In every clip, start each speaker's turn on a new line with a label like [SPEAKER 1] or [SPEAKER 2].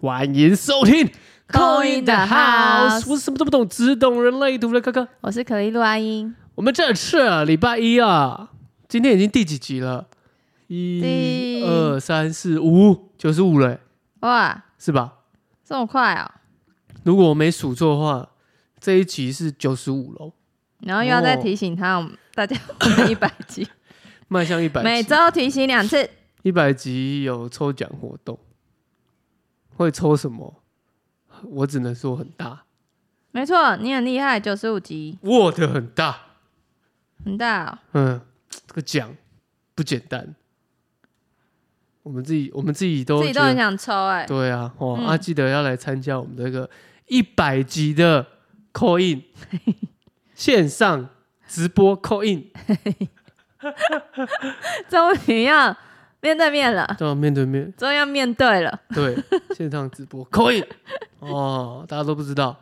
[SPEAKER 1] 欢迎收听《
[SPEAKER 2] Call in the House
[SPEAKER 1] 我什么都不懂，只懂人类图的哥哥。
[SPEAKER 2] 我是可丽露阿英，
[SPEAKER 1] 我们这次啊礼拜一啊，今天已经第几集了？一
[SPEAKER 2] 第、
[SPEAKER 1] 二、三、四、五，九十五了欸，
[SPEAKER 2] 哇，
[SPEAKER 1] 是吧？
[SPEAKER 2] 这么快哦！
[SPEAKER 1] 如果我没数错的话，这一集是九十五喽，
[SPEAKER 2] 然后又要再提醒他，我们大家我们一百集，
[SPEAKER 1] 迈向一百。
[SPEAKER 2] 每周提醒两次。
[SPEAKER 1] 一百集有抽奖活动，会抽什么？我只能说很大，
[SPEAKER 2] 没错，你很厉害，九十五集，
[SPEAKER 1] 我的很大。
[SPEAKER 2] 很大、哦。
[SPEAKER 1] 嗯，这个奖不简单，我们自己我们自己都
[SPEAKER 2] 自己都
[SPEAKER 1] 觉得
[SPEAKER 2] 很想抽哎、
[SPEAKER 1] 对啊，哦、
[SPEAKER 2] 嗯
[SPEAKER 1] 啊，记得要来参加我们这个一百集的 call in 线上直播 call in，
[SPEAKER 2] 终于要面对面了，
[SPEAKER 1] 对啊，面对面
[SPEAKER 2] 终于要面对了。
[SPEAKER 1] 对， 线上直播 call in，哦，大家都不知道。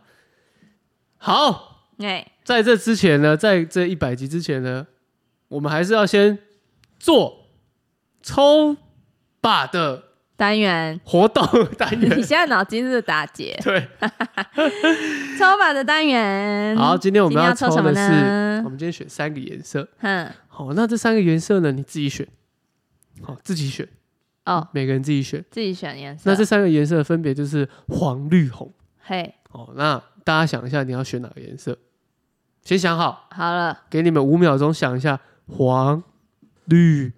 [SPEAKER 1] 好，
[SPEAKER 2] 哎、
[SPEAKER 1] 在这之前呢，在这一百集之前呢，我们还是要先做抽把的
[SPEAKER 2] 单元，
[SPEAKER 1] 活动单
[SPEAKER 2] 你
[SPEAKER 1] 元。，
[SPEAKER 2] 现在脑筋是不是打结
[SPEAKER 1] 对，
[SPEAKER 2] 抽法的单元。
[SPEAKER 1] 好，，今天我
[SPEAKER 2] 嗯今
[SPEAKER 1] 们
[SPEAKER 2] 天
[SPEAKER 1] 要
[SPEAKER 2] 要抽
[SPEAKER 1] 抽
[SPEAKER 2] 什么
[SPEAKER 1] 的是，我
[SPEAKER 2] 呢？
[SPEAKER 1] 们今天选三个颜色。
[SPEAKER 2] 哼，
[SPEAKER 1] 好，那这三个颜色呢，你自己选。好，自己选，
[SPEAKER 2] 哦，
[SPEAKER 1] 每个人自己选。
[SPEAKER 2] 自己选颜色。
[SPEAKER 1] 那这三个颜色分别就是黄、绿、红。
[SPEAKER 2] 嘿，
[SPEAKER 1] 哦，那大家想一下，你要选哪个颜色？先想好，
[SPEAKER 2] 好了，
[SPEAKER 1] 给你们五秒钟想一下，黄、绿、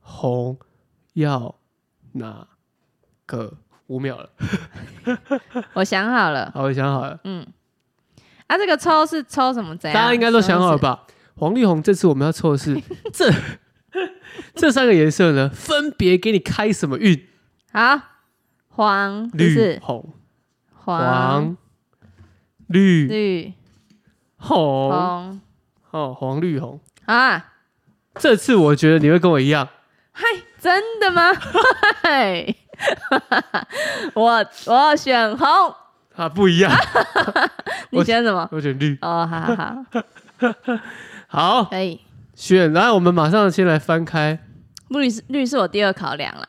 [SPEAKER 1] 红要哪个？五秒了，
[SPEAKER 2] 我想好了。
[SPEAKER 1] 好，我想好了，
[SPEAKER 2] 嗯，啊，这个抽是抽什么？怎
[SPEAKER 1] 大
[SPEAKER 2] 样？
[SPEAKER 1] 家应该都想好了吧？黄、绿、红，这次我们要抽的 是这这三个颜色呢，分别给你开什么运？
[SPEAKER 2] 什么意思？好，黄是不
[SPEAKER 1] 绿、
[SPEAKER 2] 是
[SPEAKER 1] 红、
[SPEAKER 2] 黄
[SPEAKER 1] 黄、绿、
[SPEAKER 2] 绿
[SPEAKER 1] 红，
[SPEAKER 2] 红
[SPEAKER 1] 哦，黄绿红。
[SPEAKER 2] 啊？
[SPEAKER 1] 这次我觉得你会跟我一样，
[SPEAKER 2] 嗨，真的吗？ 嗨， 我我选红，
[SPEAKER 1] 啊，不一 样，
[SPEAKER 2] 你
[SPEAKER 1] 我
[SPEAKER 2] 选什么？
[SPEAKER 1] 我选绿。
[SPEAKER 2] 哦，好好好，
[SPEAKER 1] 好，
[SPEAKER 2] 可以。
[SPEAKER 1] 选，来，我们马上先来翻开，
[SPEAKER 2] 绿是绿是我第二考量了，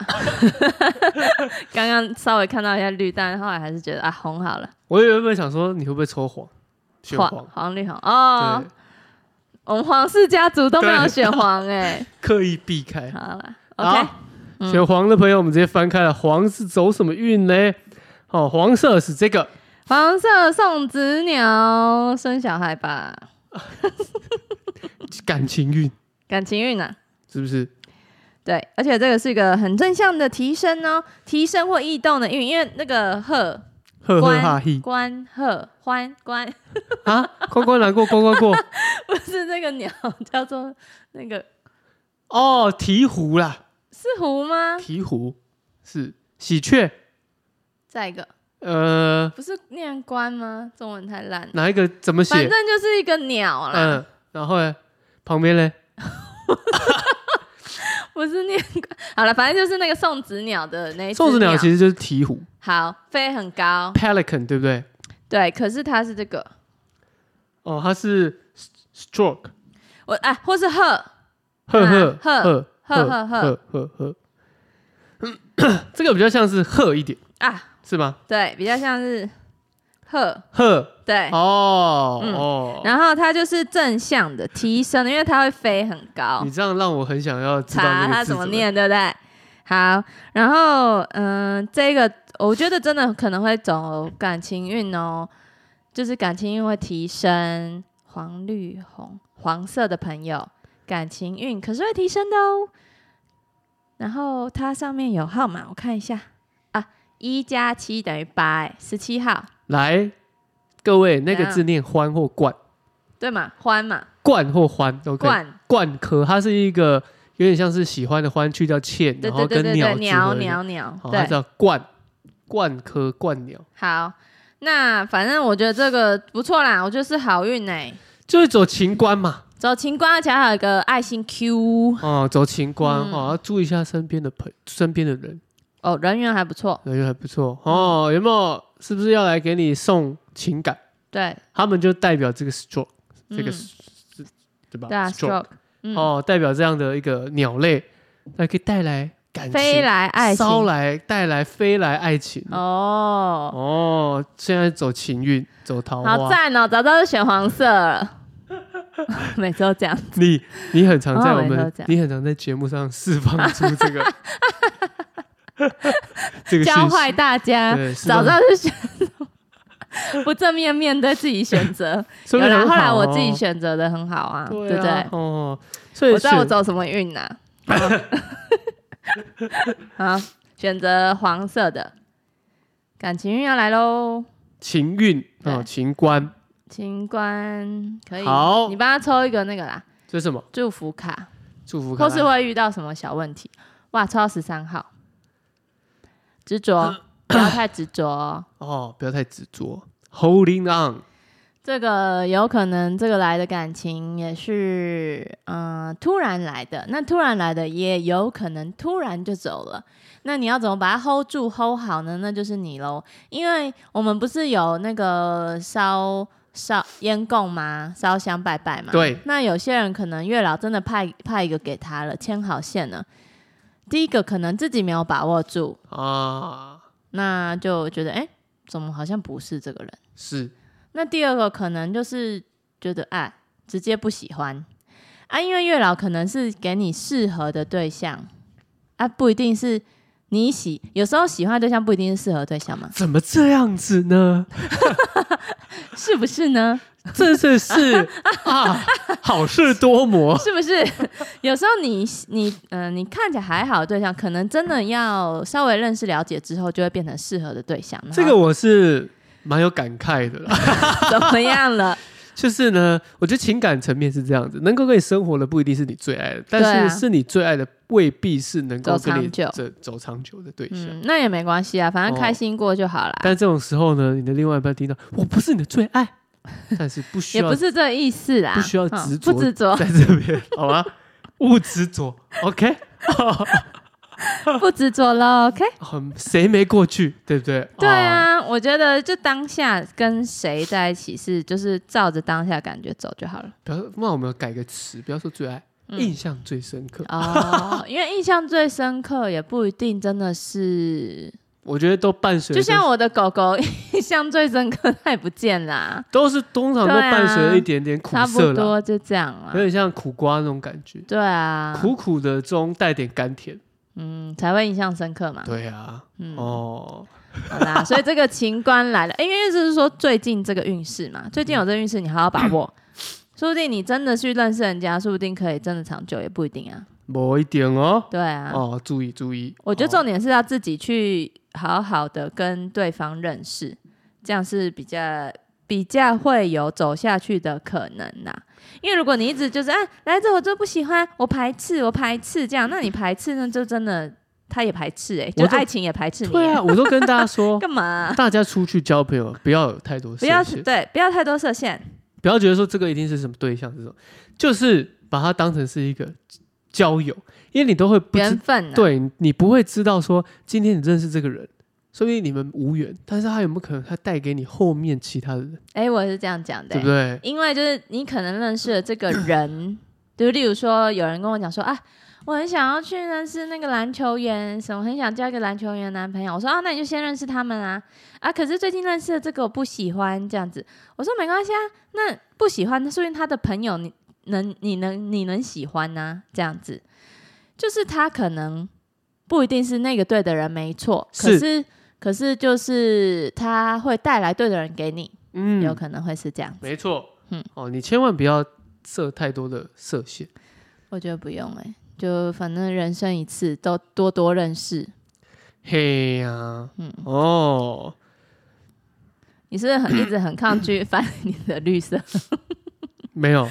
[SPEAKER 2] 刚刚稍微看到一下绿，但后来还是觉得啊红好了，
[SPEAKER 1] 我原本想说你会不会抽黄，选
[SPEAKER 2] 黄
[SPEAKER 1] 黄，
[SPEAKER 2] 黄绿红哦
[SPEAKER 1] 对，，
[SPEAKER 2] 我们皇室家族都没有
[SPEAKER 1] 对
[SPEAKER 2] 选黄哎、
[SPEAKER 1] 刻意避开。
[SPEAKER 2] 好了，OK，
[SPEAKER 1] 好，
[SPEAKER 2] 嗯
[SPEAKER 1] 选黄的朋友，我们直接翻开了，黄是走什么运呢？哦，黄色是这个，
[SPEAKER 2] 黄色送子鸟，生小孩吧，
[SPEAKER 1] 感情运
[SPEAKER 2] 感情运啊。
[SPEAKER 1] 是不是？
[SPEAKER 2] 对，而且这个是一个很正向的提升哦，提升或异动的运，因为那个鹤
[SPEAKER 1] 呵呵哈
[SPEAKER 2] 关
[SPEAKER 1] 嘿
[SPEAKER 2] 关鹤欢关，
[SPEAKER 1] 啊，关关难过关关过
[SPEAKER 2] 不是这个鸟叫做那个
[SPEAKER 1] 哦，鹈鹕啦，
[SPEAKER 2] 是狐吗？
[SPEAKER 1] 鹈鹕是喜鹊，
[SPEAKER 2] 再一个
[SPEAKER 1] 呃，
[SPEAKER 2] 不是念关吗？中文太烂了，
[SPEAKER 1] 哪一个怎么
[SPEAKER 2] 反
[SPEAKER 1] 写？
[SPEAKER 2] 正就是一个鸟啦，
[SPEAKER 1] 嗯，然后呢，旁边嘞，
[SPEAKER 2] 不是念关。好了，反正就是那个送子鸟的那一只
[SPEAKER 1] 瘦子鸟其实就是鹈鹕
[SPEAKER 2] 好飞很高，
[SPEAKER 1] （pelican），对不对？
[SPEAKER 2] 对，可是它是这个
[SPEAKER 1] 哦，它是 stroke，
[SPEAKER 2] 我哎，或是鹤。
[SPEAKER 1] 呵呵
[SPEAKER 2] 啊鹤
[SPEAKER 1] 呵
[SPEAKER 2] 鹤
[SPEAKER 1] 呵
[SPEAKER 2] 鹤
[SPEAKER 1] 呵呵呵，嗯 这个比较像是鹤一点，
[SPEAKER 2] 啊，
[SPEAKER 1] 是吗？
[SPEAKER 2] 对，比较像是鹤，
[SPEAKER 1] 鹤
[SPEAKER 2] 对。
[SPEAKER 1] 哦
[SPEAKER 2] 嗯
[SPEAKER 1] 哦，
[SPEAKER 2] 然后它就是正向的提升，因为它会飞很高
[SPEAKER 1] 你。这样让我很想要知道
[SPEAKER 2] 查
[SPEAKER 1] 那个
[SPEAKER 2] 它
[SPEAKER 1] 字
[SPEAKER 2] 怎么
[SPEAKER 1] 么
[SPEAKER 2] 念，对不对？好，然后嗯、这个我觉得真的可能会走感情运哦，就是感情运会提升，黄绿红黄色的朋友感情运可是会提升的哦。然后它上面有号码，我看一下啊，一加七等于八，哎，十七号。
[SPEAKER 1] 来，各位，那个
[SPEAKER 2] 怎样
[SPEAKER 1] 字念欢或冠，
[SPEAKER 2] 对嘛，欢嘛，
[SPEAKER 1] 冠或欢，OK？
[SPEAKER 2] 冠，
[SPEAKER 1] 冠科，它是一个有点像是喜欢的欢去掉欠，
[SPEAKER 2] 对
[SPEAKER 1] 然后
[SPEAKER 2] 对对
[SPEAKER 1] 跟
[SPEAKER 2] 对
[SPEAKER 1] 鸟
[SPEAKER 2] 对，
[SPEAKER 1] 结合
[SPEAKER 2] 鸟
[SPEAKER 1] 的
[SPEAKER 2] 鸟鸟
[SPEAKER 1] 好，，它
[SPEAKER 2] 对，
[SPEAKER 1] 叫冠冠科冠鸟，
[SPEAKER 2] 好，那反正我觉得这个不错啦，我觉得是好运哎、
[SPEAKER 1] 就是走情关 嘛，
[SPEAKER 2] 走情关，而且还有一个爱心 Q
[SPEAKER 1] 哦，走情关、
[SPEAKER 2] 嗯
[SPEAKER 1] 哦，要注意一下身边的朋身边的人，
[SPEAKER 2] 哦，人缘还不错，
[SPEAKER 1] 人缘还不错哦，有没有？是不是要来给你送情感？
[SPEAKER 2] 对，
[SPEAKER 1] 他们就代表这个 stroke，这
[SPEAKER 2] 嗯
[SPEAKER 1] 个、对吧？
[SPEAKER 2] 对啊
[SPEAKER 1] stroke
[SPEAKER 2] ，stroke，嗯
[SPEAKER 1] 哦，代表这样的一个鸟类，那可以带来感
[SPEAKER 2] 飞
[SPEAKER 1] 情
[SPEAKER 2] 来爱
[SPEAKER 1] 捎
[SPEAKER 2] 情
[SPEAKER 1] 来带来飞来爱情。
[SPEAKER 2] 哦，
[SPEAKER 1] 哦，现在走情运，走桃
[SPEAKER 2] 好
[SPEAKER 1] 花。
[SPEAKER 2] 赞哦！早知道就选黄色了， 每次都这样。
[SPEAKER 1] 你你很常在
[SPEAKER 2] 哦
[SPEAKER 1] 我
[SPEAKER 2] 没
[SPEAKER 1] 们
[SPEAKER 2] 得讲，
[SPEAKER 1] 你很常在节目上释放出这个 这个
[SPEAKER 2] 教
[SPEAKER 1] 讯息
[SPEAKER 2] 坏大家
[SPEAKER 1] 对，是
[SPEAKER 2] 早
[SPEAKER 1] 吧
[SPEAKER 2] 知道 就选不正面面对自己选 择。
[SPEAKER 1] 说不定
[SPEAKER 2] 有啦
[SPEAKER 1] 很
[SPEAKER 2] 后来
[SPEAKER 1] 好
[SPEAKER 2] 我
[SPEAKER 1] 哦
[SPEAKER 2] 自己选择的很好啊，对
[SPEAKER 1] 对
[SPEAKER 2] 不
[SPEAKER 1] 啊
[SPEAKER 2] 对？
[SPEAKER 1] 哦，所以
[SPEAKER 2] 我知道我
[SPEAKER 1] 选
[SPEAKER 2] 走什么运 呐、啊。 好，选择黄色的感情运要来喽，
[SPEAKER 1] 情运
[SPEAKER 2] 对
[SPEAKER 1] 哦，情关
[SPEAKER 2] 情关可以，
[SPEAKER 1] 好
[SPEAKER 2] 你帮他抽一个那个啦，
[SPEAKER 1] 这是什么？
[SPEAKER 2] 祝福卡，
[SPEAKER 1] 祝福卡
[SPEAKER 2] 或是会遇到什么小问题。哇，抽到十三号，执 着，不要太执着哦、
[SPEAKER 1] 哦，不要太执着，holding on，
[SPEAKER 2] 啊这个有可能，这个来的感情也是，嗯、突然来的。那突然来的也有可能突然就走了。那你要怎么把它 hold 住、hold 好呢？那就是你喽。因为我们不是有那个烧烧烟供吗？烧香拜拜嘛。
[SPEAKER 1] 对。
[SPEAKER 2] 那有些人可能月老真的派派一个给他了，牵好线了。第一个可能自己没有把握住，
[SPEAKER 1] 啊，
[SPEAKER 2] 那就觉得，哎，怎么好像不是这个人？
[SPEAKER 1] 是
[SPEAKER 2] 那第二个可能就是觉得哎，直接不喜欢啊，因为月老可能是给你适合的对象啊，不一定是你喜，有时候喜欢的对象不一定是适合的对象嘛，
[SPEAKER 1] 怎么这样子呢？
[SPEAKER 2] 是不是呢？
[SPEAKER 1] 真的 是啊，好事多磨。
[SPEAKER 2] 是不是？有时候你你嗯、你看起来还好的对象，可能真的要稍微认识了解之后，就会变成适合的对象。
[SPEAKER 1] 这个我是蛮有感慨的啦，
[SPEAKER 2] 然后 怎么 样了？
[SPEAKER 1] 就是呢，我觉得情感层面是这样子，能够跟你生活的不一定是你最爱的，但
[SPEAKER 2] 对啊
[SPEAKER 1] 是是你最爱的未必是能够
[SPEAKER 2] 走
[SPEAKER 1] 跟你
[SPEAKER 2] 长久
[SPEAKER 1] 走走长久的对象。
[SPEAKER 2] 嗯，那也没关系啊，反正开心过就好啦。
[SPEAKER 1] 哦但这种时候呢，你的另外一半听到我不是你的最 爱，但是不需
[SPEAKER 2] 也
[SPEAKER 1] 要
[SPEAKER 2] 不是这个意思啦，
[SPEAKER 1] 不需要
[SPEAKER 2] 嗯
[SPEAKER 1] 执着
[SPEAKER 2] 不执着，
[SPEAKER 1] 在这边， 好吗？勿执着，OK？
[SPEAKER 2] 不执着了，OK。
[SPEAKER 1] 很谁没过去，对不对？
[SPEAKER 2] 对
[SPEAKER 1] 哦，
[SPEAKER 2] 啊，我觉得就当下跟谁在一起是，就是照着当下感觉走就好了。
[SPEAKER 1] 不要说，那我们要改个词，不要说最爱，
[SPEAKER 2] 嗯
[SPEAKER 1] 印象最深刻。
[SPEAKER 2] 哦， 因为印象最深刻也不一定真的是，
[SPEAKER 1] 我觉得都伴随
[SPEAKER 2] 就
[SPEAKER 1] 着，
[SPEAKER 2] 像我的狗狗 印象最深刻，它也不见啦，
[SPEAKER 1] 都是通常都
[SPEAKER 2] 对啊
[SPEAKER 1] 伴随着一点点苦
[SPEAKER 2] 差
[SPEAKER 1] 涩
[SPEAKER 2] 不
[SPEAKER 1] 啦，
[SPEAKER 2] 多就这样啦
[SPEAKER 1] 有。点像苦瓜那种感觉，
[SPEAKER 2] 对啊，
[SPEAKER 1] 苦苦的中带点甘甜。
[SPEAKER 2] 嗯，才会印象深刻嘛。
[SPEAKER 1] 对啊，
[SPEAKER 2] 嗯，
[SPEAKER 1] 哦，
[SPEAKER 2] 好啦， 所以这个情关来了，因为就是说最近这个运势嘛，最近有这个运势，你好好把 握，说不定你真的去认识人家，说不定可以真的长久，也不一定啊。
[SPEAKER 1] 某一点哦，
[SPEAKER 2] 对啊，
[SPEAKER 1] 哦，注意注意，
[SPEAKER 2] 我觉
[SPEAKER 1] 哦
[SPEAKER 2] 得重点是要自己去好好的跟对方认识，这样是比较比较会有走下去的可能啦。因为如果你一直就是哎、来这我就不喜欢，我排斥，我排斥这样，那你排斥那就真的他也排斥哎、
[SPEAKER 1] 我
[SPEAKER 2] 就
[SPEAKER 1] 就
[SPEAKER 2] 爱情也排斥你、，
[SPEAKER 1] 对啊，我都跟大家说
[SPEAKER 2] 干嘛啊、
[SPEAKER 1] 大家出去交朋友不要有太多
[SPEAKER 2] 不要
[SPEAKER 1] 设限
[SPEAKER 2] 对，不要太多设限，
[SPEAKER 1] 不要觉得说这个一定是什么对象，这种就是把它当成是一个交友，因为你都会不
[SPEAKER 2] 缘
[SPEAKER 1] 知，
[SPEAKER 2] 分、啊、
[SPEAKER 1] 对你不会知道说今天你认识这个人，说不定你们无缘，但是他有没有可能他带给你后面其他的人，
[SPEAKER 2] 哎、我是这样讲的、
[SPEAKER 1] 对不对？
[SPEAKER 2] 因为就是你可能认识了这个人， 就例如说有人跟我讲说啊，我很想要去认识那个篮球员，什么很想交一个篮球员男朋友。我说啊，那你就先认识他们啊啊！可是最近认识的这个我不喜欢这样子。我说没关系啊，那不喜欢，那说明他的朋友你能你能你能喜欢呐、这样子，就是他可能不一定是那个对的人，没错，可
[SPEAKER 1] 是
[SPEAKER 2] 是可是就是他会带来对的人给你，有
[SPEAKER 1] 嗯，
[SPEAKER 2] 可能会是这样子。
[SPEAKER 1] 没错，嗯
[SPEAKER 2] 嗯，
[SPEAKER 1] 哦，你千万不要设太多的设限，
[SPEAKER 2] 我觉得不用哎、就反正人生一次，都多多认识。
[SPEAKER 1] 嘿呀，嗯，哦，
[SPEAKER 2] 你是不是很一直很 抗拒翻你的 绿色？
[SPEAKER 1] 没 有，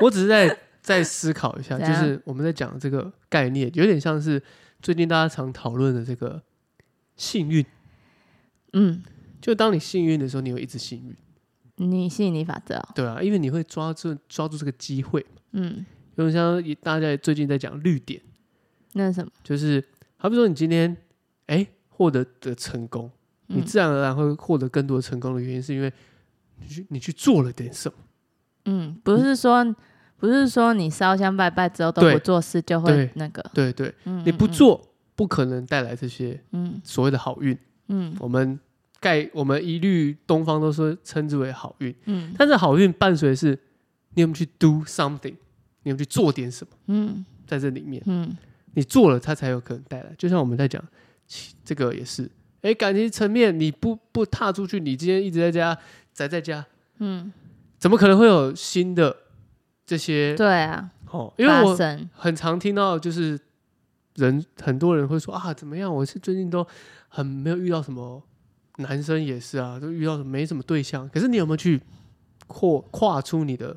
[SPEAKER 1] 我只是在在思考一下，
[SPEAKER 2] 怎
[SPEAKER 1] 就
[SPEAKER 2] 样
[SPEAKER 1] 是我们在讲这个概念，有点像是最近大家常讨论的这个幸运。
[SPEAKER 2] 嗯，
[SPEAKER 1] 就当你幸运的时候，你会一直幸运，
[SPEAKER 2] 你吸引力法则、哦。
[SPEAKER 1] 对啊，因为你会抓住抓住这个机会。
[SPEAKER 2] 嗯，
[SPEAKER 1] 有点像一大家最近在讲绿点，
[SPEAKER 2] 那是什么？
[SPEAKER 1] 就是好比说你今天哎获得的成功，你
[SPEAKER 2] 嗯
[SPEAKER 1] 自然而然会获得更多的
[SPEAKER 2] 嗯
[SPEAKER 1] 成功的原因，是因为你去你去做了点什么。
[SPEAKER 2] 嗯，不是说不是说你烧香拜拜之后都
[SPEAKER 1] 对
[SPEAKER 2] 不做事就
[SPEAKER 1] 对
[SPEAKER 2] 会那个，
[SPEAKER 1] 对对，
[SPEAKER 2] 嗯，
[SPEAKER 1] 你不
[SPEAKER 2] 嗯，
[SPEAKER 1] 做，不可能带来这些
[SPEAKER 2] 嗯
[SPEAKER 1] 所谓的好运。
[SPEAKER 2] 嗯
[SPEAKER 1] 我们盖，我们一律东方都说称之为好运，
[SPEAKER 2] 嗯
[SPEAKER 1] 但是好运伴随的是你有没有去 do something，你有没有去做点什么，
[SPEAKER 2] 嗯
[SPEAKER 1] 在这里面
[SPEAKER 2] 嗯
[SPEAKER 1] 你做了，它才有可能带来。就像我们在讲，其这个也是，哎，感情层面你不不踏出去，你今天一直在家宅在家，
[SPEAKER 2] 嗯，
[SPEAKER 1] 怎么可能会有新的这些
[SPEAKER 2] 对啊，
[SPEAKER 1] 哦？因为
[SPEAKER 2] 发
[SPEAKER 1] 我
[SPEAKER 2] 生，
[SPEAKER 1] 很常听到就是人很多人会说啊，怎么样？我是最近都很没有遇到什么男生也是啊，都遇到什么没什么对象。可是你有没有去扩跨出你的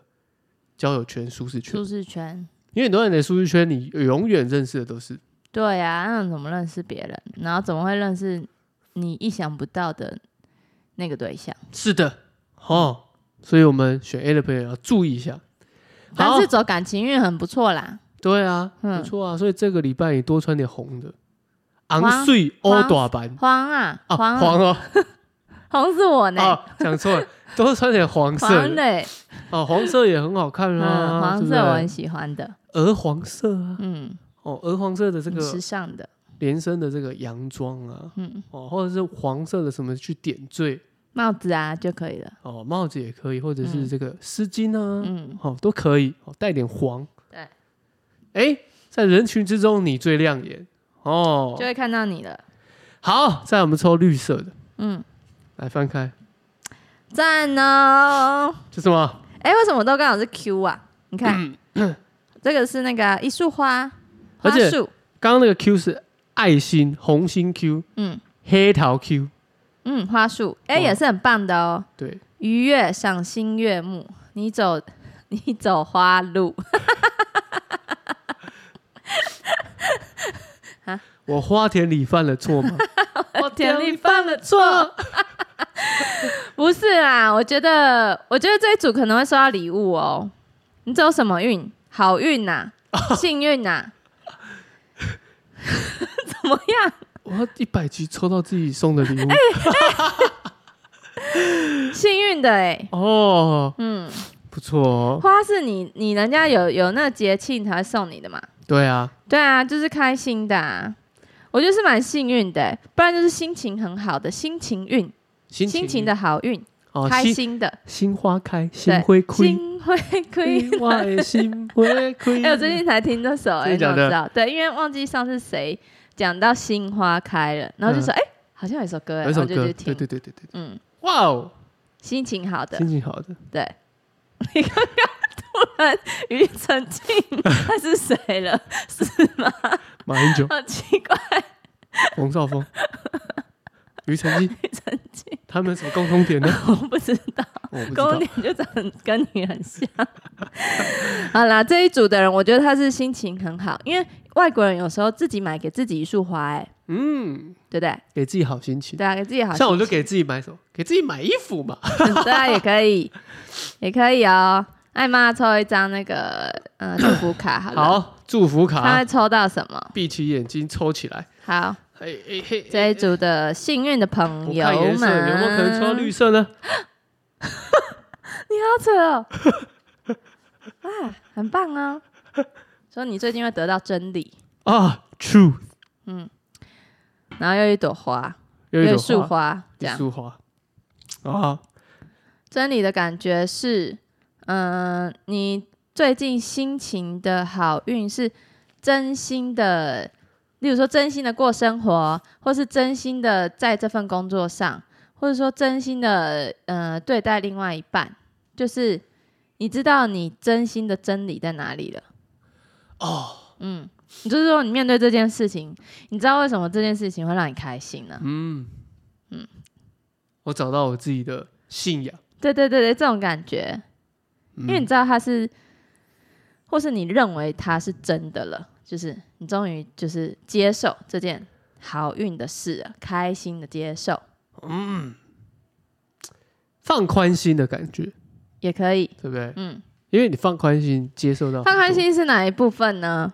[SPEAKER 1] 交友圈、舒适圈？
[SPEAKER 2] 舒适圈，
[SPEAKER 1] 因为很多人的舒适圈，你永远认识的都是
[SPEAKER 2] 对啊，那怎么认识别人？然后怎么会认识你意想不到的那个对象？
[SPEAKER 1] 是的哦。所以我们选 A 的朋友要注意一下。好
[SPEAKER 2] 但是，走感情运很不错啦，
[SPEAKER 1] 对啊，
[SPEAKER 2] 嗯
[SPEAKER 1] 不错啊。所以这个礼拜你多穿点红的，昂
[SPEAKER 2] 黄
[SPEAKER 1] 穗欧
[SPEAKER 2] 黄
[SPEAKER 1] 短版
[SPEAKER 2] 黄啊，
[SPEAKER 1] 啊，
[SPEAKER 2] 黄
[SPEAKER 1] 黄哦，
[SPEAKER 2] 红是我呢，
[SPEAKER 1] 啊，讲错 了，多穿点黄色的
[SPEAKER 2] 黄。嘞，
[SPEAKER 1] 哦，黄色也很好看啊，
[SPEAKER 2] 嗯，黄
[SPEAKER 1] 对不
[SPEAKER 2] 色我很
[SPEAKER 1] 对
[SPEAKER 2] 喜欢的，
[SPEAKER 1] 鹅黄色啊，
[SPEAKER 2] 嗯，
[SPEAKER 1] 哦，鹅黄色的这
[SPEAKER 2] 很时
[SPEAKER 1] 个
[SPEAKER 2] 尚的，
[SPEAKER 1] 连身的这个洋装啊，
[SPEAKER 2] 嗯，
[SPEAKER 1] 哦，或者是黄色的什么去点缀，
[SPEAKER 2] 帽子啊就可以了，
[SPEAKER 1] 哦，帽子也可以，或者是
[SPEAKER 2] 嗯
[SPEAKER 1] 这个丝巾啊，
[SPEAKER 2] 嗯，
[SPEAKER 1] 哦，都可以，哦，带点黄。
[SPEAKER 2] 对，
[SPEAKER 1] 哎，在人群之中你最亮眼哦
[SPEAKER 2] 就。会看到你了，
[SPEAKER 1] 好，再来我们抽绿色的，
[SPEAKER 2] 嗯，
[SPEAKER 1] 来翻开，
[SPEAKER 2] 赞哦，
[SPEAKER 1] 这是什么？
[SPEAKER 2] 哎，为什么都刚好是 Q 啊？你看，这个是那个一束花，花
[SPEAKER 1] 嗯而且
[SPEAKER 2] 束，
[SPEAKER 1] 刚刚那个 Q 是爱心红心 Q，
[SPEAKER 2] 嗯
[SPEAKER 1] 黑桃 Q，
[SPEAKER 2] 嗯，花束，哎，
[SPEAKER 1] 哇
[SPEAKER 2] 也是很棒的哦，
[SPEAKER 1] 对，
[SPEAKER 2] 愉悦、赏心悦目，你走 你走花路，
[SPEAKER 1] 我花田里犯了错 吗？
[SPEAKER 2] 我田里犯了错。不是啊，我觉得，我觉得这一组可能会收到礼物哦。你走什么运？好 运呐、幸运呐、 怎么样？
[SPEAKER 1] 我一百集抽到自己送的
[SPEAKER 2] 哎
[SPEAKER 1] 礼物、
[SPEAKER 2] 幸运的哎、
[SPEAKER 1] 哦，
[SPEAKER 2] 嗯，
[SPEAKER 1] 不错哦。
[SPEAKER 2] 花是你你人家有有那节庆才会送你的嘛？
[SPEAKER 1] 对啊，
[SPEAKER 2] 对啊，就是开心的、啊。我觉得是蛮幸运的欸、不然就是心情很好的心情运，
[SPEAKER 1] 心
[SPEAKER 2] 心情的好运，
[SPEAKER 1] 哦，
[SPEAKER 2] 开
[SPEAKER 1] 心
[SPEAKER 2] 心的，
[SPEAKER 1] 心花开，
[SPEAKER 2] 对
[SPEAKER 1] 心会亏，
[SPEAKER 2] 心会 亏。
[SPEAKER 1] 我的心会亏。
[SPEAKER 2] 哎、我最近才听这首、
[SPEAKER 1] 真的假
[SPEAKER 2] 哎，你怎
[SPEAKER 1] 的
[SPEAKER 2] 么知道？对，因为忘记上次谁讲到杏花开了，然后就说，哎、好像有一首歌、
[SPEAKER 1] 嗯
[SPEAKER 2] 哎，
[SPEAKER 1] 有一
[SPEAKER 2] 然后
[SPEAKER 1] 首
[SPEAKER 2] 就
[SPEAKER 1] 歌，对
[SPEAKER 2] 去听，
[SPEAKER 1] 对对对对，
[SPEAKER 2] 嗯，
[SPEAKER 1] 哇哦，
[SPEAKER 2] 心情好的
[SPEAKER 1] 心，情好的，
[SPEAKER 2] 对。 你刚刚突然语音沉 静，他是谁了？是吗？
[SPEAKER 1] 马英
[SPEAKER 2] 、
[SPEAKER 1] 九
[SPEAKER 2] 好奇怪，
[SPEAKER 1] 冯绍峰、庾澄庆，
[SPEAKER 2] 语沉静，
[SPEAKER 1] 他们有什么共通点 呢？
[SPEAKER 2] 我不知道，
[SPEAKER 1] 我不知
[SPEAKER 2] 公
[SPEAKER 1] 道。
[SPEAKER 2] 点就长得跟你很像。好啦，这一组的人，我觉得他是心情很好，因为外国人有时候自己买给自己一束花、哎，
[SPEAKER 1] 嗯，
[SPEAKER 2] 对不对？
[SPEAKER 1] 给自己好心情。
[SPEAKER 2] 对啊，给自己好心情。
[SPEAKER 1] 像我就给自己买什么？给自己买衣服嘛。
[SPEAKER 2] 对啊，也可以，也可以哦。艾妈抽一张那个 呃祝福卡好了，
[SPEAKER 1] 好，祝福
[SPEAKER 2] 她
[SPEAKER 1] 卡
[SPEAKER 2] 会，抽到什么？
[SPEAKER 1] 闭起眼睛抽起来。
[SPEAKER 2] 好，
[SPEAKER 1] 嘿嘿嘿，
[SPEAKER 2] 这一组的幸运的
[SPEAKER 1] 我
[SPEAKER 2] 朋友
[SPEAKER 1] 看颜色，
[SPEAKER 2] 们，
[SPEAKER 1] 有没有可能抽到绿色呢？
[SPEAKER 2] 你好扯哦， 啊，很棒哦。说你最近会得到真理，
[SPEAKER 1] 啊，True，
[SPEAKER 2] 然后又一朵花，
[SPEAKER 1] 有
[SPEAKER 2] 又
[SPEAKER 1] 一
[SPEAKER 2] 一
[SPEAKER 1] 种
[SPEAKER 2] 束
[SPEAKER 1] 花，
[SPEAKER 2] 花，这
[SPEAKER 1] 一
[SPEAKER 2] 样
[SPEAKER 1] 束花啊，
[SPEAKER 2] 真理的感觉是，嗯、你最近心情的好运是真心的，例如说真心的过生活，或是真心的在这份工作上，或者说真心的呃对待另外一半，就是你知道你真心的真理在哪里了。
[SPEAKER 1] 哦，
[SPEAKER 2] 嗯，你就是说你面对这件事情，你知道为什么这件事情会让你开心呢、
[SPEAKER 1] 嗯嗯，我找到我自己的信仰，
[SPEAKER 2] 对对对对，这种感觉，
[SPEAKER 1] 因
[SPEAKER 2] 因为你知道它是，或是你认为它是真的了，就是你终于就是接受这件好运的事了，开心的接受
[SPEAKER 1] 放宽心的感觉，
[SPEAKER 2] 也可以。
[SPEAKER 1] 对不对？
[SPEAKER 2] 嗯，
[SPEAKER 1] 因为你放宽心，接受到很多
[SPEAKER 2] 放开，心是哪一部分呢？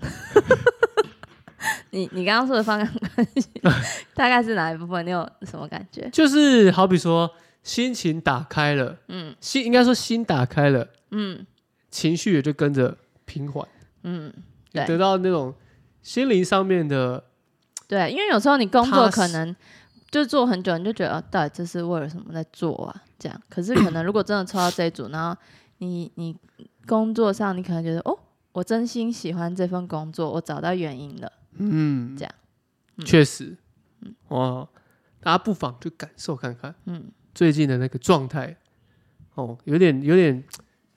[SPEAKER 2] 你你刚刚说的放开心， 大概是哪一部分？你有什么感觉？
[SPEAKER 1] 就是好比说心情打开了，
[SPEAKER 2] 嗯
[SPEAKER 1] 心应该说心打开了，
[SPEAKER 2] 嗯，
[SPEAKER 1] 情绪也就跟着平缓，
[SPEAKER 2] 嗯，
[SPEAKER 1] 也得
[SPEAKER 2] 对
[SPEAKER 1] 到那种心灵上面的
[SPEAKER 2] 对，因为有时候你工作
[SPEAKER 1] 踏实
[SPEAKER 2] 可能就做很久，你就觉得、哦、到底这是为了什么在做啊？这样，可是可能如果真的抽到这一组，然后你你工作上你可能觉得哦，我真心喜欢这份工作，我找到原因了。
[SPEAKER 1] 嗯，
[SPEAKER 2] 这样嗯
[SPEAKER 1] 确实，哇，大家不妨去感受看看
[SPEAKER 2] 嗯，
[SPEAKER 1] 最近的那个状态，哦，有点有点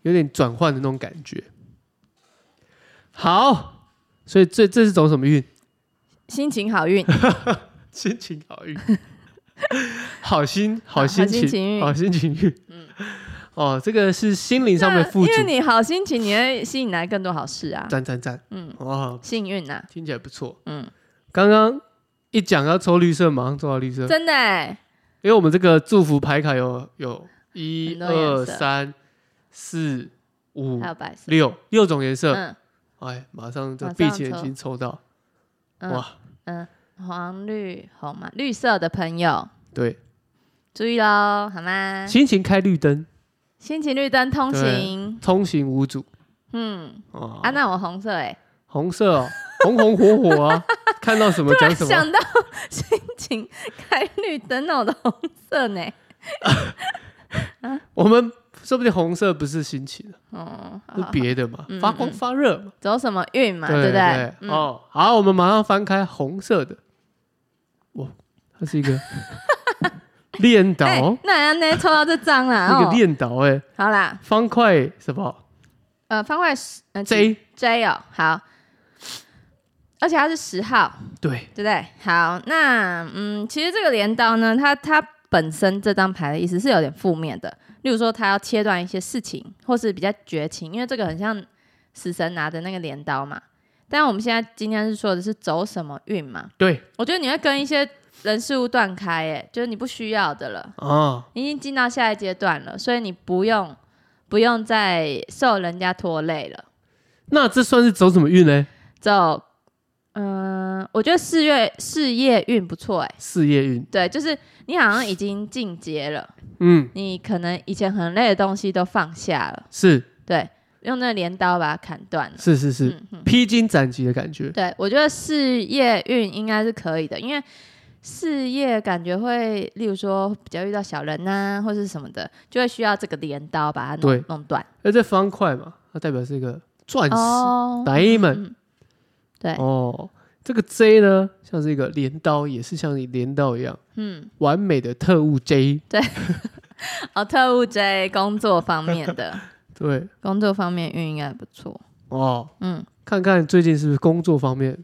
[SPEAKER 1] 有点转换的那种感觉。好，所以这这是走什么运？
[SPEAKER 2] 心情好运，
[SPEAKER 1] 心情好运，好心好
[SPEAKER 2] 好
[SPEAKER 1] 心
[SPEAKER 2] 心情
[SPEAKER 1] 情
[SPEAKER 2] 运嗯
[SPEAKER 1] 好心情运， 哦，这个是心灵上面的富
[SPEAKER 2] 因
[SPEAKER 1] 足
[SPEAKER 2] 为，你好心情，你会吸引来更多好事啊。
[SPEAKER 1] 赞赞赞，
[SPEAKER 2] 嗯，
[SPEAKER 1] 哇，
[SPEAKER 2] 幸运呐、
[SPEAKER 1] 听起来不错。
[SPEAKER 2] 嗯，
[SPEAKER 1] 刚刚一讲要抽绿色，马上抽到绿色，
[SPEAKER 2] 真的、欸，
[SPEAKER 1] 因为我们这个祝福牌卡有有一
[SPEAKER 2] 很多
[SPEAKER 1] 二
[SPEAKER 2] 颜色
[SPEAKER 1] 三四五
[SPEAKER 2] 还有白色，
[SPEAKER 1] 六六种颜色，
[SPEAKER 2] 嗯
[SPEAKER 1] 哎，马上就
[SPEAKER 2] 马上
[SPEAKER 1] 闭起眼
[SPEAKER 2] 抽
[SPEAKER 1] 睛抽到，
[SPEAKER 2] 嗯
[SPEAKER 1] 哇，
[SPEAKER 2] 嗯，黄绿红嘛，绿色的朋友
[SPEAKER 1] 对，
[SPEAKER 2] 注意喽，好吗？
[SPEAKER 1] 心情开绿灯，
[SPEAKER 2] 心情绿灯通行，
[SPEAKER 1] 通行无阻
[SPEAKER 2] 嗯，
[SPEAKER 1] 哦
[SPEAKER 2] 啊，那我红色哎、
[SPEAKER 1] 红色哦， 红红火火啊，看到什么讲什么。
[SPEAKER 2] 想到 心情开绿灯，那我的红色呢？
[SPEAKER 1] 我们说不定红色不是心情，
[SPEAKER 2] 哦，好
[SPEAKER 1] 是
[SPEAKER 2] 好
[SPEAKER 1] 别的嘛，
[SPEAKER 2] 嗯
[SPEAKER 1] 发光
[SPEAKER 2] 嗯
[SPEAKER 1] 发热嘛，
[SPEAKER 2] 走什么运嘛，
[SPEAKER 1] 对
[SPEAKER 2] 不对
[SPEAKER 1] 对？
[SPEAKER 2] 嗯，
[SPEAKER 1] 哦，好，我们马上翻开红色的，哇，它是一 个练导，
[SPEAKER 2] 哎，那人家呢抽到这张 啦，
[SPEAKER 1] 那
[SPEAKER 2] 哦
[SPEAKER 1] 个，练导哎，
[SPEAKER 2] 好啦，
[SPEAKER 1] 方块什么
[SPEAKER 2] 呃，方块十呃
[SPEAKER 1] J？
[SPEAKER 2] J 哦，好，而且它是十号，
[SPEAKER 1] 对，
[SPEAKER 2] 对不对？好，那嗯，其实这个镰刀呢，它它本身这张牌的意思是有点负面的，例如说它要切断一些事情，或是比较绝情，因为这个很像死神拿的那个镰刀嘛。但我们现在今天是说的是走什么运嘛？
[SPEAKER 1] 对
[SPEAKER 2] 我觉得你会跟一些人事物断开，哎，就是你不需要的了，
[SPEAKER 1] 哦，
[SPEAKER 2] 你已经进到下一阶段了，所以你不用不用再受人家拖累了。
[SPEAKER 1] 那这算是走什么运呢？
[SPEAKER 2] 走，嗯、我觉得事业事业运不错，哎。
[SPEAKER 1] 事业运，
[SPEAKER 2] 对，就是你好像已经进阶了，
[SPEAKER 1] 嗯，
[SPEAKER 2] 你可能以前很累的东西都放下了，
[SPEAKER 1] 是
[SPEAKER 2] 对，用那镰刀把它砍断了。
[SPEAKER 1] 是是是，
[SPEAKER 2] 嗯嗯，
[SPEAKER 1] 披荆斩棘的感觉，
[SPEAKER 2] 对，我觉得事业运应该是可以的，因为事业感觉会，例如说比较遇到小人呐、或是什么的，就会需要这个镰刀把它
[SPEAKER 1] 对
[SPEAKER 2] 弄弄断。
[SPEAKER 1] 而这方块嘛，它代表是一个钻石
[SPEAKER 2] 哦，
[SPEAKER 1] ，diamond。
[SPEAKER 2] 嗯，对，
[SPEAKER 1] 哦，这个 J 呢，像是一个镰刀，也是像你镰刀一样，
[SPEAKER 2] 嗯，
[SPEAKER 1] 完美的特务 J。
[SPEAKER 2] 哦，特务 J 工作方 面的
[SPEAKER 1] 对，
[SPEAKER 2] 工作方面运应该不错，
[SPEAKER 1] 哦，
[SPEAKER 2] 嗯。
[SPEAKER 1] 看看最近是不是工作方面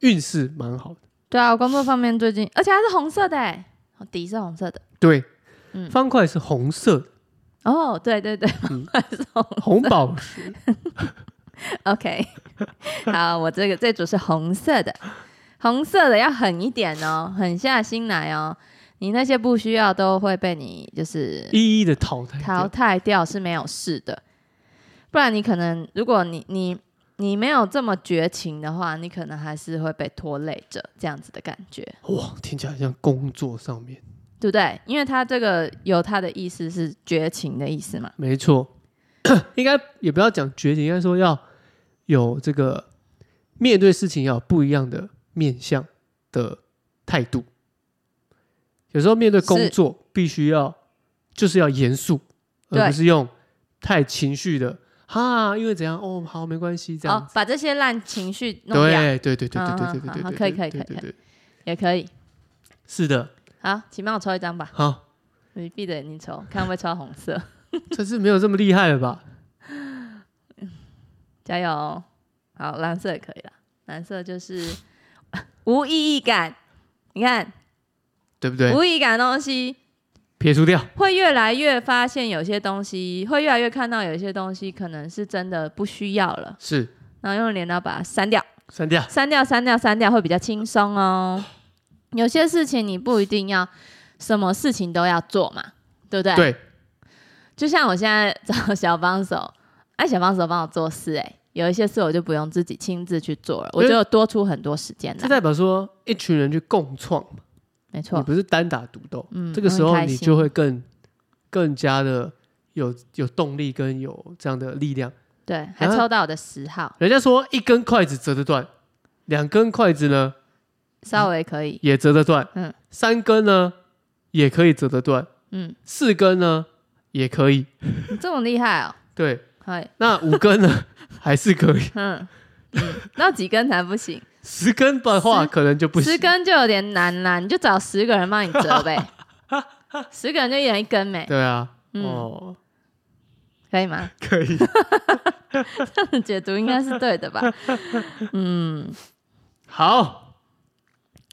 [SPEAKER 1] 运势蛮好的。
[SPEAKER 2] 对啊，我工作方面最近，而且它是红色的欸，哦底是红色的。
[SPEAKER 1] 对，
[SPEAKER 2] 嗯
[SPEAKER 1] 方块是红色的，
[SPEAKER 2] 哦，对对对，
[SPEAKER 1] 嗯
[SPEAKER 2] 是红。
[SPEAKER 1] 红宝石。
[SPEAKER 2] OK，好，我这个这组是红色的，红色的要狠一点哦，狠下心来哦。你那些不需要都会被你就是
[SPEAKER 1] 一一的淘汰
[SPEAKER 2] 淘
[SPEAKER 1] 掉。
[SPEAKER 2] 汰掉是没有事的，不然你可能如果你你你没有这么绝情的话，你可能还是会被拖累着这样子的感觉。
[SPEAKER 1] 哇，听起来像工作上面，
[SPEAKER 2] 对不对？因为它这个有它的意思是绝情的意思嘛。
[SPEAKER 1] 没错， 应该也不要讲绝情，应该说要有这个面对事情要有不一样的面向的态度。有时候面对工
[SPEAKER 2] 是
[SPEAKER 1] 作，必须要就是要严肃，而
[SPEAKER 2] 对
[SPEAKER 1] 不是用太情绪的哈，因为怎样哦，好没关系这样
[SPEAKER 2] 好
[SPEAKER 1] 子。，
[SPEAKER 2] 把这些烂情绪哦弄掉
[SPEAKER 1] 对对对对对对
[SPEAKER 2] 嗯
[SPEAKER 1] 对对
[SPEAKER 2] 嗯
[SPEAKER 1] 对
[SPEAKER 2] 好
[SPEAKER 1] 对，
[SPEAKER 2] 可以可以
[SPEAKER 1] 对
[SPEAKER 2] 可以
[SPEAKER 1] 对对，
[SPEAKER 2] 也可以。
[SPEAKER 1] 是的，
[SPEAKER 2] 好，请帮我抽一张吧。
[SPEAKER 1] 好，
[SPEAKER 2] 你闭着眼睛抽，看会不会抽到红色。
[SPEAKER 1] 这次没有这么厉害了
[SPEAKER 2] 嗯
[SPEAKER 1] 吧？
[SPEAKER 2] 加油哦、好，蓝色也可以了。蓝色就是 无意义感。你看，
[SPEAKER 1] 对不对？
[SPEAKER 2] 无意义感的东西
[SPEAKER 1] 撇除掉，
[SPEAKER 2] 会越来越发现，有些东西会越来越看到，有些东西可能是真的不需要了，
[SPEAKER 1] 是
[SPEAKER 2] 然后用镰刀把它删掉。
[SPEAKER 1] 删掉。
[SPEAKER 2] 删掉、删掉、删掉会比较轻松哦。有些事情你不一定要什么事情都要做嘛，对不对？。
[SPEAKER 1] 对，
[SPEAKER 2] 就像我现在找小帮手，哎，小帮手帮我做事、哎，有一些事我就不用自己亲自去做了，我就多出很多时间
[SPEAKER 1] 这
[SPEAKER 2] 来。
[SPEAKER 1] 代表说一群人去共创嘛，
[SPEAKER 2] 没
[SPEAKER 1] 你
[SPEAKER 2] 错，
[SPEAKER 1] 不是单打独斗。
[SPEAKER 2] 嗯
[SPEAKER 1] 这个时候
[SPEAKER 2] 很开
[SPEAKER 1] 你
[SPEAKER 2] 心
[SPEAKER 1] 就会更更加的有有动力跟有这样的力量
[SPEAKER 2] 对，还抽到我的十号，
[SPEAKER 1] 人家说一根筷子折得断，两根筷子呢
[SPEAKER 2] 稍微可以，
[SPEAKER 1] 也折得断，
[SPEAKER 2] 嗯
[SPEAKER 1] 三根呢也可以折得断，
[SPEAKER 2] 嗯，
[SPEAKER 1] 四根呢也可以，
[SPEAKER 2] 你这么厉害哦，
[SPEAKER 1] 对，
[SPEAKER 2] 可以，
[SPEAKER 1] 那五根 呢还是可以，
[SPEAKER 2] 嗯嗯，那几根才不行，
[SPEAKER 1] 十根的话
[SPEAKER 2] 十
[SPEAKER 1] 可能就 不
[SPEAKER 2] 十
[SPEAKER 1] 行。
[SPEAKER 2] 根就有点难啦，你就找十个人帮你 折呗，十个人就一人一根呗，
[SPEAKER 1] 对啊，
[SPEAKER 2] 嗯
[SPEAKER 1] 哦，
[SPEAKER 2] 可 以吗？
[SPEAKER 1] 可以，
[SPEAKER 2] 解读应该是对的吧？ 嗯，
[SPEAKER 1] 好，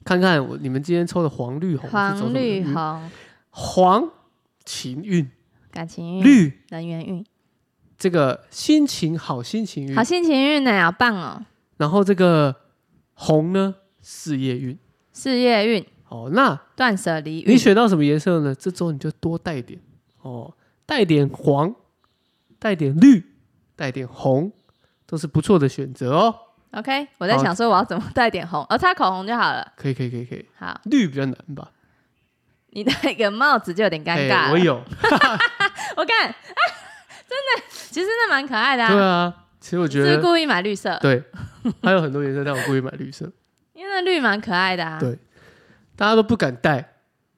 [SPEAKER 1] 看看我你们今天抽的黄绿红是走什么嗯
[SPEAKER 2] 黄绿
[SPEAKER 1] 运
[SPEAKER 2] 红，
[SPEAKER 1] 黄情运
[SPEAKER 2] 感情运、
[SPEAKER 1] 绿
[SPEAKER 2] 人缘运，
[SPEAKER 1] 这个心情好心情运
[SPEAKER 2] 好，心情运呢，好棒哦！
[SPEAKER 1] 然后这个红呢事业运
[SPEAKER 2] 事业运、
[SPEAKER 1] 哦，那
[SPEAKER 2] 断舍离
[SPEAKER 1] 你
[SPEAKER 2] 运、
[SPEAKER 1] 选到什么颜色呢？这周你就多带点哦，带点黄，带点绿，带点红，都是不错的选择哦。
[SPEAKER 2] OK，我在
[SPEAKER 1] 好
[SPEAKER 2] 想说我要怎么带点红，哦，擦口红就好了。
[SPEAKER 1] 可以，可以，可以，可以。
[SPEAKER 2] 好，
[SPEAKER 1] 绿比较难吧？
[SPEAKER 2] 你戴一个帽子就有点尴尬
[SPEAKER 1] 哎
[SPEAKER 2] 了。
[SPEAKER 1] 我 有，
[SPEAKER 2] 我看、 啊，真的，其实那蛮可爱的
[SPEAKER 1] 对
[SPEAKER 2] 啊。
[SPEAKER 1] 啊。其实我
[SPEAKER 2] 只
[SPEAKER 1] 觉
[SPEAKER 2] 是
[SPEAKER 1] 得
[SPEAKER 2] 故意买绿色，
[SPEAKER 1] 对，还有很多颜色，但我故意买绿色，
[SPEAKER 2] 因为那绿蛮可爱的啊。
[SPEAKER 1] 对大家都不敢戴。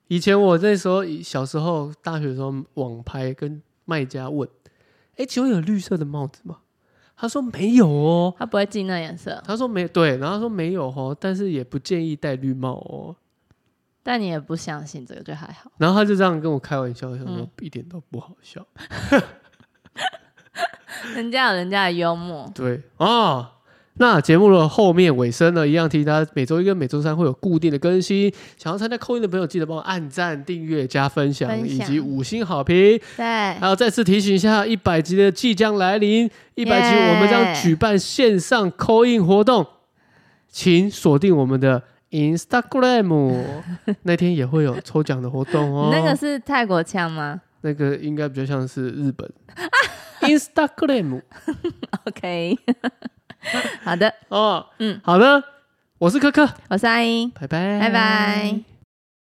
[SPEAKER 1] 以前我那时候小时候大学的时候，网拍跟卖家问：“哎，请问有绿色的帽子吗？”他说没有哦。
[SPEAKER 2] 它不会进那颜色，
[SPEAKER 1] 他说没对，然后他说没有哦，但是也不建议戴绿帽哦。
[SPEAKER 2] 但你也不相信这个就还好。
[SPEAKER 1] 然后他就这样跟我开玩笑，想说
[SPEAKER 2] 嗯
[SPEAKER 1] 一点都不好笑。
[SPEAKER 2] 人家有人家的幽默，
[SPEAKER 1] 对哦，那节目的后面尾声呢，一样提醒大家每周一跟每周三会有固定的更新。想要参加扣音的朋友，记得帮我按赞、订阅、加分享
[SPEAKER 2] 分
[SPEAKER 1] 以
[SPEAKER 2] 享
[SPEAKER 1] 及五星好评。
[SPEAKER 2] 对
[SPEAKER 1] 还，有再次提醒一下，一百集的即将来临，一百集
[SPEAKER 2] 耶
[SPEAKER 1] 我们将举办线上扣印活动，请锁定我们的 Instagram，那天也会有抽奖的活动哦
[SPEAKER 2] 你。那个是泰国腔吗
[SPEAKER 1] 那个应该比较像是日 本 Instagram
[SPEAKER 2] ？OK，好的，
[SPEAKER 1] 哦。
[SPEAKER 2] 嗯，
[SPEAKER 1] 好的，我是柯柯，
[SPEAKER 2] 我是阿英，
[SPEAKER 1] 拜拜，
[SPEAKER 2] 拜拜。